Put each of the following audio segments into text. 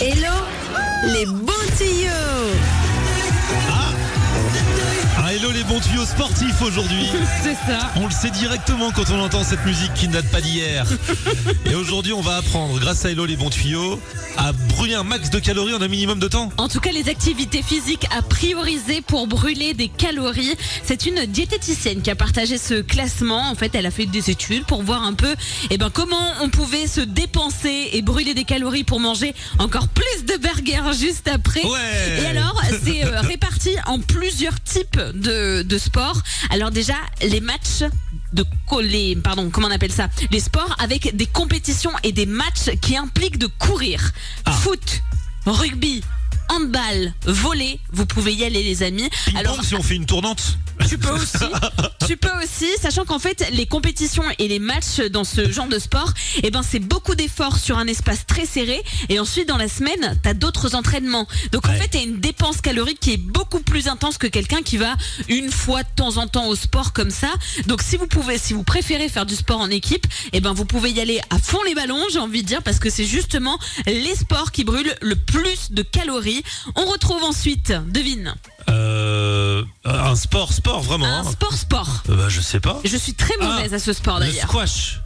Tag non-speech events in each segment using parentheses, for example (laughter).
Hello les bons tuyaux Ah, hello les bons tuyaux sportifs aujourd'hui. C'est ça. On le sait directement quand on entend cette musique qui ne date pas d'hier. Et aujourd'hui, on va apprendre, grâce à Hello les bons tuyaux, à brûler un max de calories en un minimum de temps. En tout cas, les activités physiques à prioriser pour brûler des calories. C'est une diététicienne qui a partagé ce classement. En fait, elle a fait des études pour voir un peu eh ben, comment on pouvait se dépenser et brûler des calories pour manger encore plus de burgers juste après. Ouais. Et alors, c'est (laughs) euh, réparti en plusieurs types de, de sports. Alors déjà, les matchs de co- les, pardon, comment on appelle ça Les sports avec des compétitions et des matchs qui impliquent de courir. Ah. Foot, rugby, handball, volley, vous pouvez y aller les amis. Ping-pong Alors si on fait une tournante. tu peux aussi, tu peux aussi, sachant qu'en fait les compétitions et les matchs dans ce genre de sport, eh ben c'est beaucoup d'efforts sur un espace très serré et ensuite dans la semaine t'as d'autres entraînements. Donc en Ouais. fait t'as une dépense calorique qui est beaucoup plus intense que quelqu'un qui va une fois de temps en temps au sport comme ça. Donc si vous pouvez, si vous préférez faire du sport en équipe, eh ben vous pouvez y aller à fond les ballons, j'ai envie de dire, parce que c'est justement les sports qui brûlent le plus de calories. On retrouve ensuite, devine, Euh, un sport, sport vraiment. un hein. sport sport. Euh, bah, je sais pas. Je suis très mauvaise à ce sport Le d'ailleurs. squash.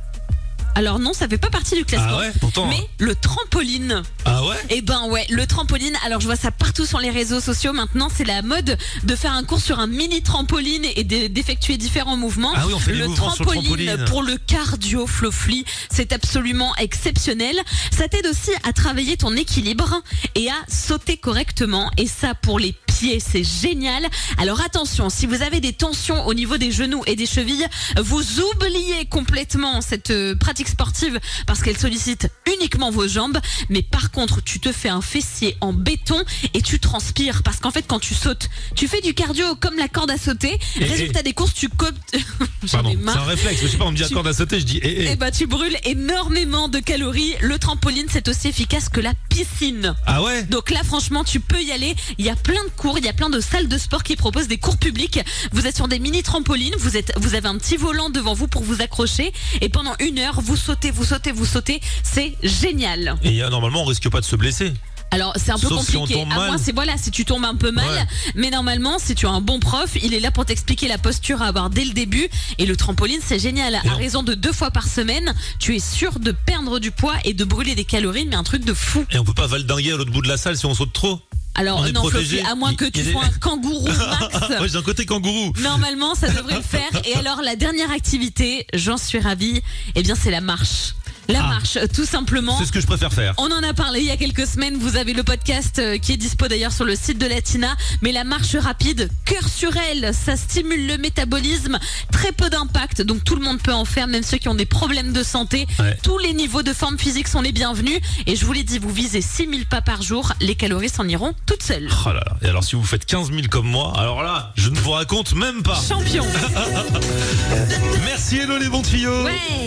Alors non, ça fait pas partie du classement. Ah ouais, pourtant. Mais le trampoline, Ah ouais eh ben ouais, le trampoline, alors je vois ça partout sur les réseaux sociaux maintenant, c'est la mode de faire un cours sur un mini trampoline et de- d'effectuer différents mouvements. Ah oui, on fait des le mouvements sur le trampoline, trampoline. pour le cardio flofli, c'est absolument exceptionnel. Ça t'aide aussi à travailler ton équilibre et à sauter correctement. Et ça, pour les pieds, c'est génial. Alors attention, si vous avez des tensions au niveau des genoux et des chevilles, vous oubliez complètement cette euh, pratique sportive parce qu'elle sollicite uniquement vos jambes. Mais par contre, tu te fais un fessier en béton et tu transpires parce qu'en fait, quand tu sautes, tu fais du cardio comme la corde à sauter. Et- Résultat des courses, tu coptes. (laughs) J'en ai Pardon, c'est marre. un réflexe. Je sais pas, on me dit à Tu- corde à sauter, je dis eh, eh. Eh ben, tu brûles énormément de calories. Le trampoline, c'est aussi efficace que la piscine. Ah ouais Donc là, franchement, tu peux y aller. Il y a plein de cours, il y a plein de salles de sport qui proposent des cours publics. Vous êtes sur des mini trampolines, vous êtes, vous avez un petit volant devant vous pour vous accrocher, et pendant une heure, vous sautez, vous sautez, vous sautez. C'est génial. Et euh, normalement, on risque pas de se blesser. Alors c'est un peu Sauf si on compliqué. tombe à mal. moins c'est voilà si tu tombes un peu mal, Ouais. mais normalement si tu as un bon prof, il est là pour t'expliquer la posture à avoir dès le début. Et le trampoline c'est génial. Et à on- raison de deux fois par semaine, tu es sûr de perdre du poids et de brûler des calories, mais un truc de fou. Et on peut pas valdinguer à l'autre bout de la salle si on saute trop. Alors On est non protégé. Sophie, à moins que Il- tu il est- sois un (laughs) kangourou Ouais, max. j'ai un côté kangourou. Normalement, ça devrait le faire. Et alors, la dernière activité, j'en suis ravie, eh bien, c'est la marche. La Ah. marche, tout simplement. C'est ce que je préfère faire. On en a parlé il y a quelques semaines. Vous avez le podcast euh, qui est dispo d'ailleurs sur le site de Latina. Mais la marche rapide, cœur sur elle, ça stimule le métabolisme. Très peu d'impact, donc tout le monde peut en faire, même ceux qui ont des problèmes de santé. Ouais. Tous les niveaux de forme physique sont les bienvenus. Et je vous l'ai dit, vous visez 6000 pas par jour. Les calories s'en iront toutes seules. Oh là là. Et alors, si vous faites 15 000 comme moi, alors là, je ne vous raconte même pas. Champion. Merci, Hello les bons tuyaux. Ouais.